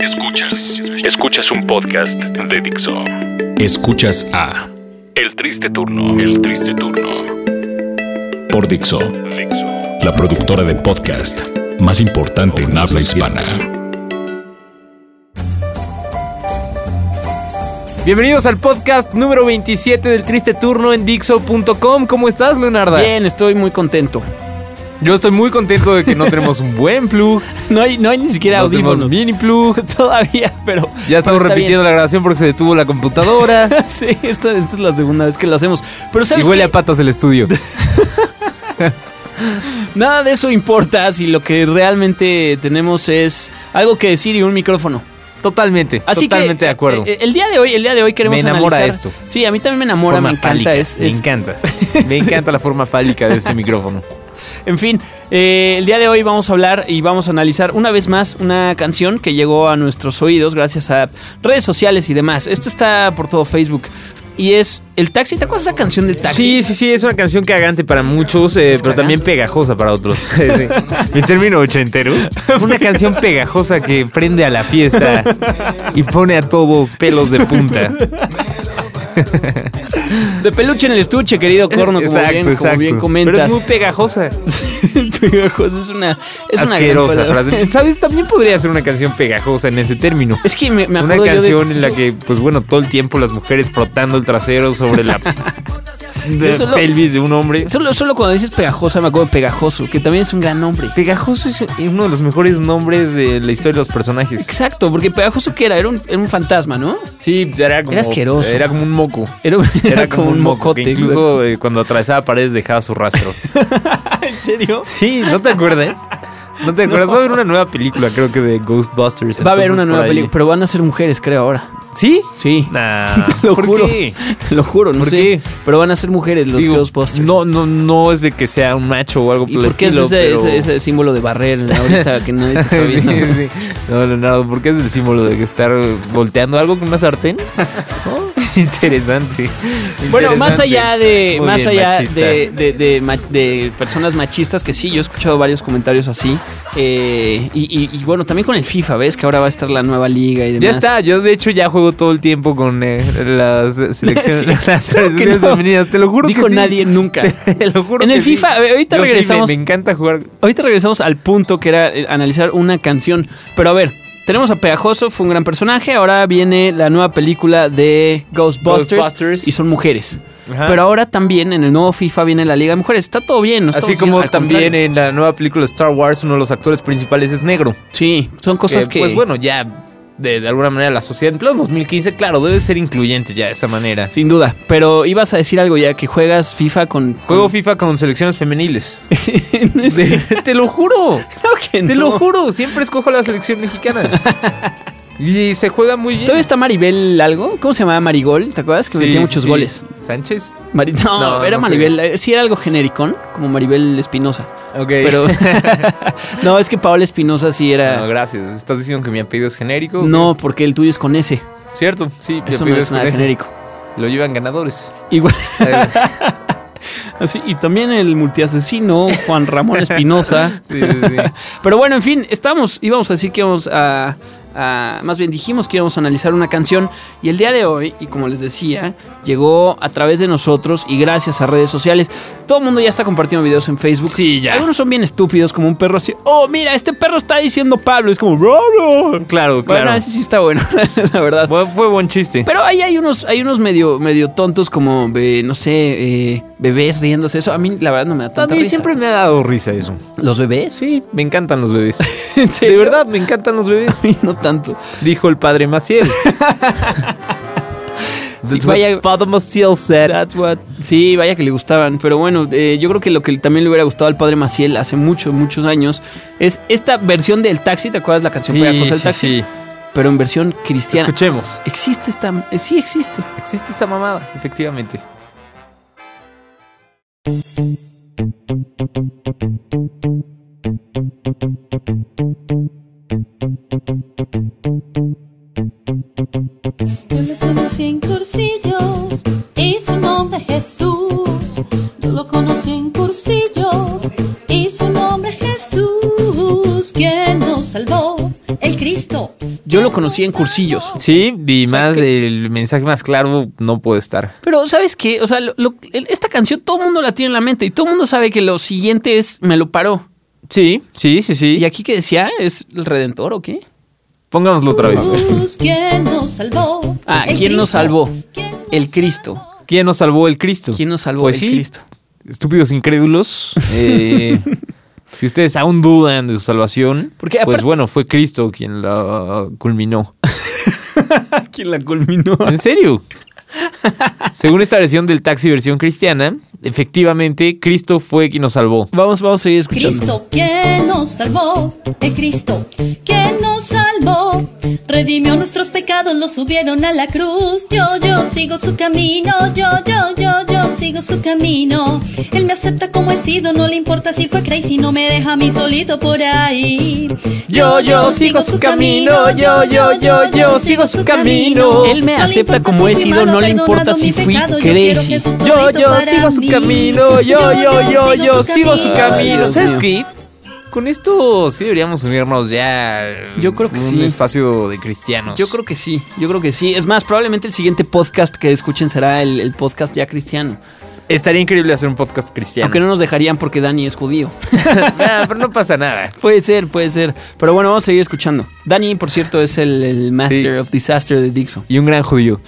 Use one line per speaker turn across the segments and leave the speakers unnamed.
Escuchas. Escuchas un podcast de Dixo. Escuchas a El Triste Turno. El Triste Turno. Por Dixo. La productora de podcast más importante en habla hispana.
Bienvenidos al podcast número 27 del Triste Turno en Dixo.com. ¿Cómo estás, Leonarda?
Bien, estoy muy contento.
Yo estoy muy contento de que no tenemos un buen plug.
No hay, no hay ni siquiera
no tenemos
audífonos
mini plug.
todavía, pero.
Ya estamos
pero está
repitiendo la grabación porque se detuvo la computadora.
bien. sí, esta, esta es la segunda vez que lo hacemos. Pero
y
¿sabes
huele
qué?
a patas el estudio.
Nada de eso importa si lo que realmente tenemos es algo que decir y un micrófono.
Totalmente.
Así
totalmente
que,
de acuerdo.
eh, eh, el día de hoy, el día de hoy queremos
Me enamora
analizar-
esto.
Sí, a mí también me enamora,
Forma
me encanta.
fálica.
Es,
Me
es-
encanta. Me encanta la forma fálica de este micrófono.
En fin, eh, el día de hoy vamos a hablar y vamos a analizar una vez más una canción que llegó a nuestros oídos gracias a redes sociales y demás. Esto está por todo Facebook. Y es El Taxi. ¿Te acuerdas de esa canción del taxi?
Sí, sí, sí, es una canción cagante para muchos, eh, pero
cagante.
también pegajosa para otros. Sí. Mi término ochentero.
Una canción pegajosa que prende a la fiesta y pone a todos pelos de punta.
De peluche en el estuche, querido Corno, como, bien, como bien comentas.
Pero es muy pegajosa.
Pegajoso, es una, es una gran
asquerosa
palabra.
frase. ¿Sabes? También podría ser una canción pegajosa en ese término.
Es que me, me
Una
acuerdo yo de-
canción en la que, pues bueno, todo el tiempo las mujeres frotando el trasero sobre la de
solo-
pelvis de un hombre.
Solo, solo cuando dices pegajosa me acuerdo de pegajoso, que también es un gran nombre.
Pegajoso es uno de los mejores nombres de la historia de los personajes.
Exacto, porque pegajoso que era, era un, era un fantasma, ¿no?
Sí, era como,
Era asqueroso.
Era como un moco.
Era,
Era, como, un mocote.
mocote.
incluso eh, cuando atravesaba paredes dejaba su rastro.
¿En serio?
Sí, ¿no te acuerdas? ¿No te acuerdas? Va a haber una nueva película, creo que de Ghostbusters.
Va a haber
entonces,
una
por
nueva
ahí.
película, pero van a ser mujeres, creo, ahora.
¿Sí?
Sí,
Nah,
Lo
¿por
juro.
qué?
lo juro, no
¿Por
sé.
qué?
Pero van a ser mujeres los
Digo,
Ghostbusters.
No, no, no es de que sea un macho o algo
¿Y
el
por qué es
estilo,
ese,
pero-
ese- ese símbolo de barrer ahorita que nadie te está viendo?
Sí, sí. No, Leonardo, ¿por qué es el símbolo de que estar volteando algo con una sartén? ¿No? Interesante.
Bueno,
Interesante.
más allá de
Muy
más
bien,
allá
machista.
de, de- de ma- de personas machistas que sí, yo he escuchado varios comentarios así eh, y, y- y bueno también con el FIFA, ves que ahora va a estar la nueva liga y demás.
Ya está, yo de hecho ya juego todo el tiempo con eh, las selecciones,
Sí,
las
claro que
selecciones
no.
femeninas, te lo juro
Dijo
que sí.
nadie nunca.
Te lo juro
en el
que sí.
FIFA, eh, ahorita
Yo sí, me-
regresamos.
me encanta jugar
Ahorita regresamos al punto que era eh, analizar una canción, pero a ver. Tenemos a Pegajoso, fue un gran personaje. Ahora viene la nueva película de Ghostbusters,
Ghostbusters.
y son mujeres.
Ajá.
Pero ahora también en el nuevo FIFA viene la Liga de Mujeres. Está todo bien. no
Así
estamos
como
diciendo- al
también
contrario.
en la nueva película Star Wars, uno de los actores principales es negro.
Sí, son cosas que.
Pues bueno, ya de, de alguna manera la sociedad en pleno 2015, claro, debe ser incluyente ya de esa manera.
Sin duda, pero ibas a decir algo ya que juegas FIFA con
Juego FIFA con selecciones femeniles.
FIFA.
De- te lo juro, te lo
juro.
juro, siempre escojo la selección mexicana. Y se juega muy bien.
Todavía está Maribel algo, ¿cómo se llamaba Marigol? ¿Te acuerdas
Sí,
que metía
sí,
muchos
sí.
goles?
¿Sánchez?
Mari- No,
No,
era
no sé.
Maribel, eh, sí era algo genericón, como Maribel Espinosa.
Ok.
Pero no, es que Paola Espinosa sí
No,
era
gracias. ¿Estás diciendo que mi apellido es genérico?
No, porque el tuyo es con S.
Cierto, sí, mi
Eso no
apellido
es
con
nada
ese.
genérico.
Lo llevan ganadores.
Igual así y también el multiasesino Juan Ramón Espinosa.
sí, sí, sí.
Pero bueno, en fin, estamos, íbamos a decir que íbamos a, a- Más bien dijimos que íbamos a analizar una canción. Y el día de hoy, y como les decía, llegó a través de nosotros y gracias a redes sociales. Todo el mundo ya está compartiendo videos en Facebook.
Sí, ya.
Algunos son bien estúpidos, como un perro así. Oh, mira, este perro está diciendo Pablo. Es como. Pablo.
Claro, claro.
Bueno, ese sí está bueno, la verdad.
Bu- fue buen chiste.
Pero ahí hay unos, hay unos medio, medio tontos como, eh, no sé, eh, bebés riéndose. Eso a mí la verdad no me da
A
tanta
mí
risa.
siempre me ha dado risa eso.
¿Los bebés?
Sí, me encantan los bebés.
¿En serio?
De verdad, me encantan los bebés.
No tanto.
Dijo el padre Maciel. That's
Sí, vaya-
what Father Maciel said.
Sí, vaya que le gustaban. Pero bueno, eh, yo creo que lo que también le hubiera gustado al padre Maciel hace muchos, muchos años es esta versión del taxi. ¿Te acuerdas la canción Pegajosa del taxi? Pero en versión cristiana.
Escuchemos.
Existe esta. eh, sí, existe.
Existe esta mamada, efectivamente.
Yo lo conocí en Cursillos y su nombre es Jesús. Yo lo conocí en Cursillos y su nombre es Jesús. Quien nos salvó, el Cristo. Cristo.
Yo lo conocí en cursillos.
Sí, y más el mensaje más claro no puede estar.
Pero, ¿sabes qué? O sea, lo- lo- el- esta canción todo el mundo la tiene en la mente y todo el mundo sabe que lo siguiente es Me lo paró.
Sí, sí, sí, sí.
¿Y aquí que decía? ¿Es el Redentor o qué?
Pongámoslo otra vez.
Jesús, ¿Quién nos salvó?
Ah,
El
¿quién nos
Cristo.
salvó?
¿Quién nos
El Cristo.
¿Quién nos salvó el Cristo?
¿Quién nos salvó
Pues
el
sí.
Cristo?
Estúpidos incrédulos. eh, si ustedes aún dudan de su salvación,
Porque
pues
aparte-
bueno, fue Cristo quien la culminó.
¿Quién la culminó?
¿En serio? Según esta versión del taxi versión cristiana, efectivamente Cristo fue quien nos salvó.
Vamos, vamos a seguir escuchando.
Cristo, ¿quién nos salvó? El Cristo, ¿quién nos salvó? Redimió nuestros pecados, los subieron a la cruz. Yo, yo sigo su camino, yo, yo, yo, yo sigo su camino. Él me acepta como he sido, no le importa si fue crazy, no me deja a mí solito por ahí.
Yo, yo sigo su camino, yo, yo, yo, yo sigo su camino.
Él me
No le
acepta
importa
como
si
he
fui
sido,
malo,
no le
perdonado
importa
mi
si fui
pecado, yo quiero
crazy.
Jesús
Yo,
todito
yo
para
sigo su
mí.
camino, yo, yo, yo, yo
su
sigo su
camino.
camino.
Dios
¿Sabes
mío.
qué? Con esto sí deberíamos unirnos ya. eh,
Yo creo que
en
sí.
Un espacio de cristianos.
Yo creo que sí, yo creo que sí. Es más, probablemente el siguiente podcast que escuchen será el, el podcast ya cristiano.
estaría increíble hacer un podcast cristiano.
Aunque no nos dejarían porque Dani es judío.
Nah, pero no pasa nada.
puede ser, puede ser. Pero bueno, vamos a seguir escuchando. Dani, por cierto, es el, el Master
Sí.
of Disaster de Dixon.
Y un gran judío.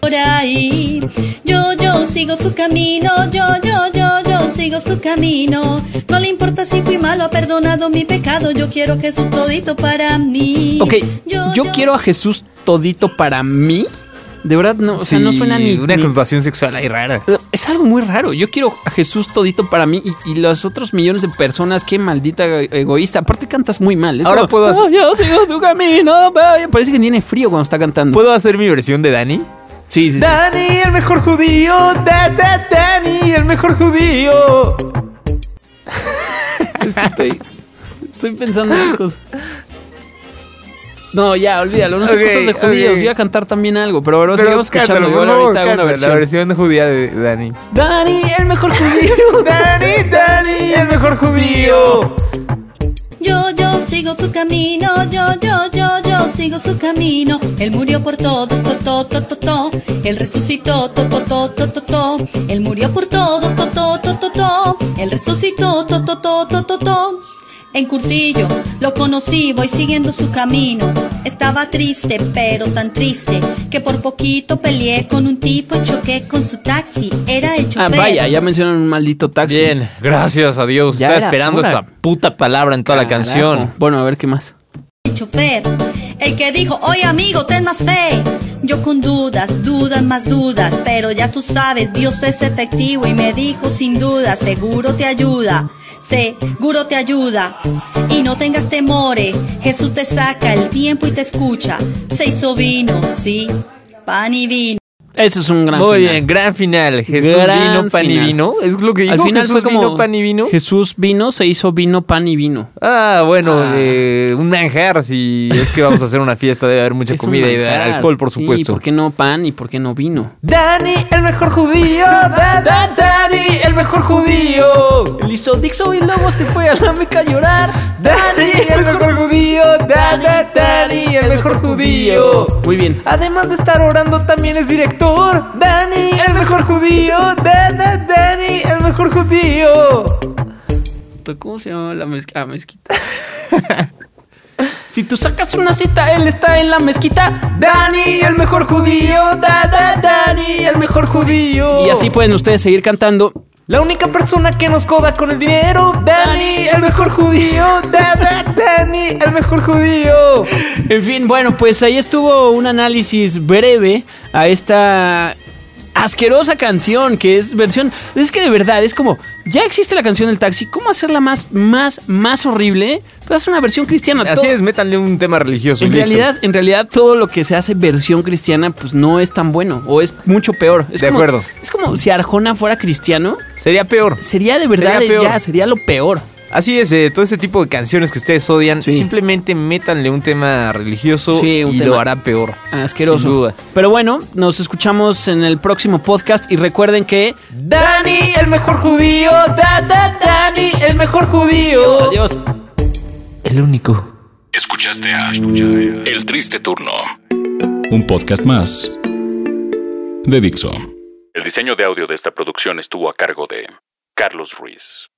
por ahí. Yo, yo sigo su camino, yo, yo, yo, yo sigo su camino. No le importa si fui malo, ha perdonado mi pecado. Yo quiero que Jesús todito para mí.
Ok, yo, quiero a Jesús todito para mí. De verdad, no, o sea, no
Sí,
suena ni,
Una
ni-
connotación sexual ahí rara.
Es algo muy raro. Yo quiero a Jesús todito para mí y, y los otros millones de personas. Qué maldita egoísta. Aparte cantas muy mal. Es
Ahora puedo
"No,
hacer-
yo sigo su camino. vaya". Parece que tiene frío cuando está cantando.
¿Puedo hacer mi versión de Dani?
Sí, sí, sí.
Dani, el mejor judío. Da, da, Dani, el mejor judío.
Estoy, estoy pensando en otras cosas. No, ya, olvídalo. No sé
Ok,
cosas de judíos.
ok.
Iba a cantar también algo, pero ahora sigamos escuchando.
cántalo, por
Igual
favor,
ahorita hago una
cántalo,
versión.
La versión judía de Dani.
Dani, el mejor judío.
Dani, Dani, el mejor judío.
Yo, yo sigo su camino, yo, yo, yo, yo sigo su camino. Él murió por todos, to, to, to, to, to. Él resucitó, to, to, to, to, to, to. Él murió por todos, to, to, to, to, to. Él resucitó, to, to, to, to, to, to. En cursillo lo conocí, voy siguiendo su camino. Estaba triste, pero tan triste, que por poquito peleé con un tipo y choqué con su taxi. Era el
Ah,
chofer.
vaya, ya mencionaron un maldito taxi.
Bien, gracias a Dios.
Ya
Estaba
era
esperando
hora.
esa puta palabra en toda la
Carajo.
canción.
Bueno, a ver qué más.
el chofer, el que dijo, oye amigo, ten más fe. Yo con dudas, dudas más dudas, pero ya tú sabes, Dios es efectivo y me dijo sin duda, seguro te ayuda, seguro te ayuda. Y no tengas temores, Jesús te saca el tiempo y te escucha. Se hizo vino, sí, pan y vino.
Ese es un gran
Muy
final.
bien, gran final. Jesús
Gran
vino, pan
final.
y vino. Es lo que dijo
Al final
Jesús
fue como
vino, pan y vino.
Jesús vino, se hizo vino, pan y vino.
Ah, bueno,
Ah.
eh, un manjar. Si es que vamos a hacer una fiesta, debe haber mucha
Es un
comida y debe haber
manjar.
alcohol, por
Sí,
supuesto.
¿Por qué no pan y por qué no vino?
Dani, el mejor judío. Da, da, Dani, el mejor judío.
Listo, Dixo y luego se fue a la meca a llorar.
Dani, el mejor judío. Da, da, Dani, el mejor judío.
Muy bien.
Además de estar orando, también es director. Dani, el mejor judío. Da, da, Dani, el mejor judío.
¿Cómo se llama la mezquita? Ah, mezquita. si tú sacas una cita, él está en la mezquita.
Dani, el mejor judío. Da, da, Dani, el mejor judío.
Y así pueden ustedes seguir cantando.
La única persona que nos coda con el dinero, Dani, el mejor judío, da, da, Dani, el mejor judío.
En fin, bueno, pues ahí estuvo un análisis breve a esta asquerosa canción que es versión. Es que de verdad es como ya existe la canción del taxi, ¿cómo hacerla más, más, más horrible? Pues haz una versión cristiana.
Así
Todo-
es, métanle un tema religioso.
En
y listo.
realidad, en realidad todo lo que se hace versión cristiana pues no es tan bueno o es mucho peor. Es
De
como-
acuerdo.
Es como si Arjona fuera cristiano,
Sería peor.
sería de verdad
Sería
sería,
peor.
sería lo peor.
Así es, eh, todo este tipo de canciones que ustedes odian,
Sí.
simplemente métanle un tema religioso
Sí, un
y
tema
lo hará peor.
Asqueroso.
Sin duda.
Pero bueno, nos escuchamos en el próximo podcast y recuerden que
Dani, el mejor judío, da, da, Dani, el mejor judío.
adiós.
El único.
Escuchaste a El Triste Turno. Un podcast más de Dixo. El diseño de audio de esta producción estuvo a cargo de Carlos Ruiz.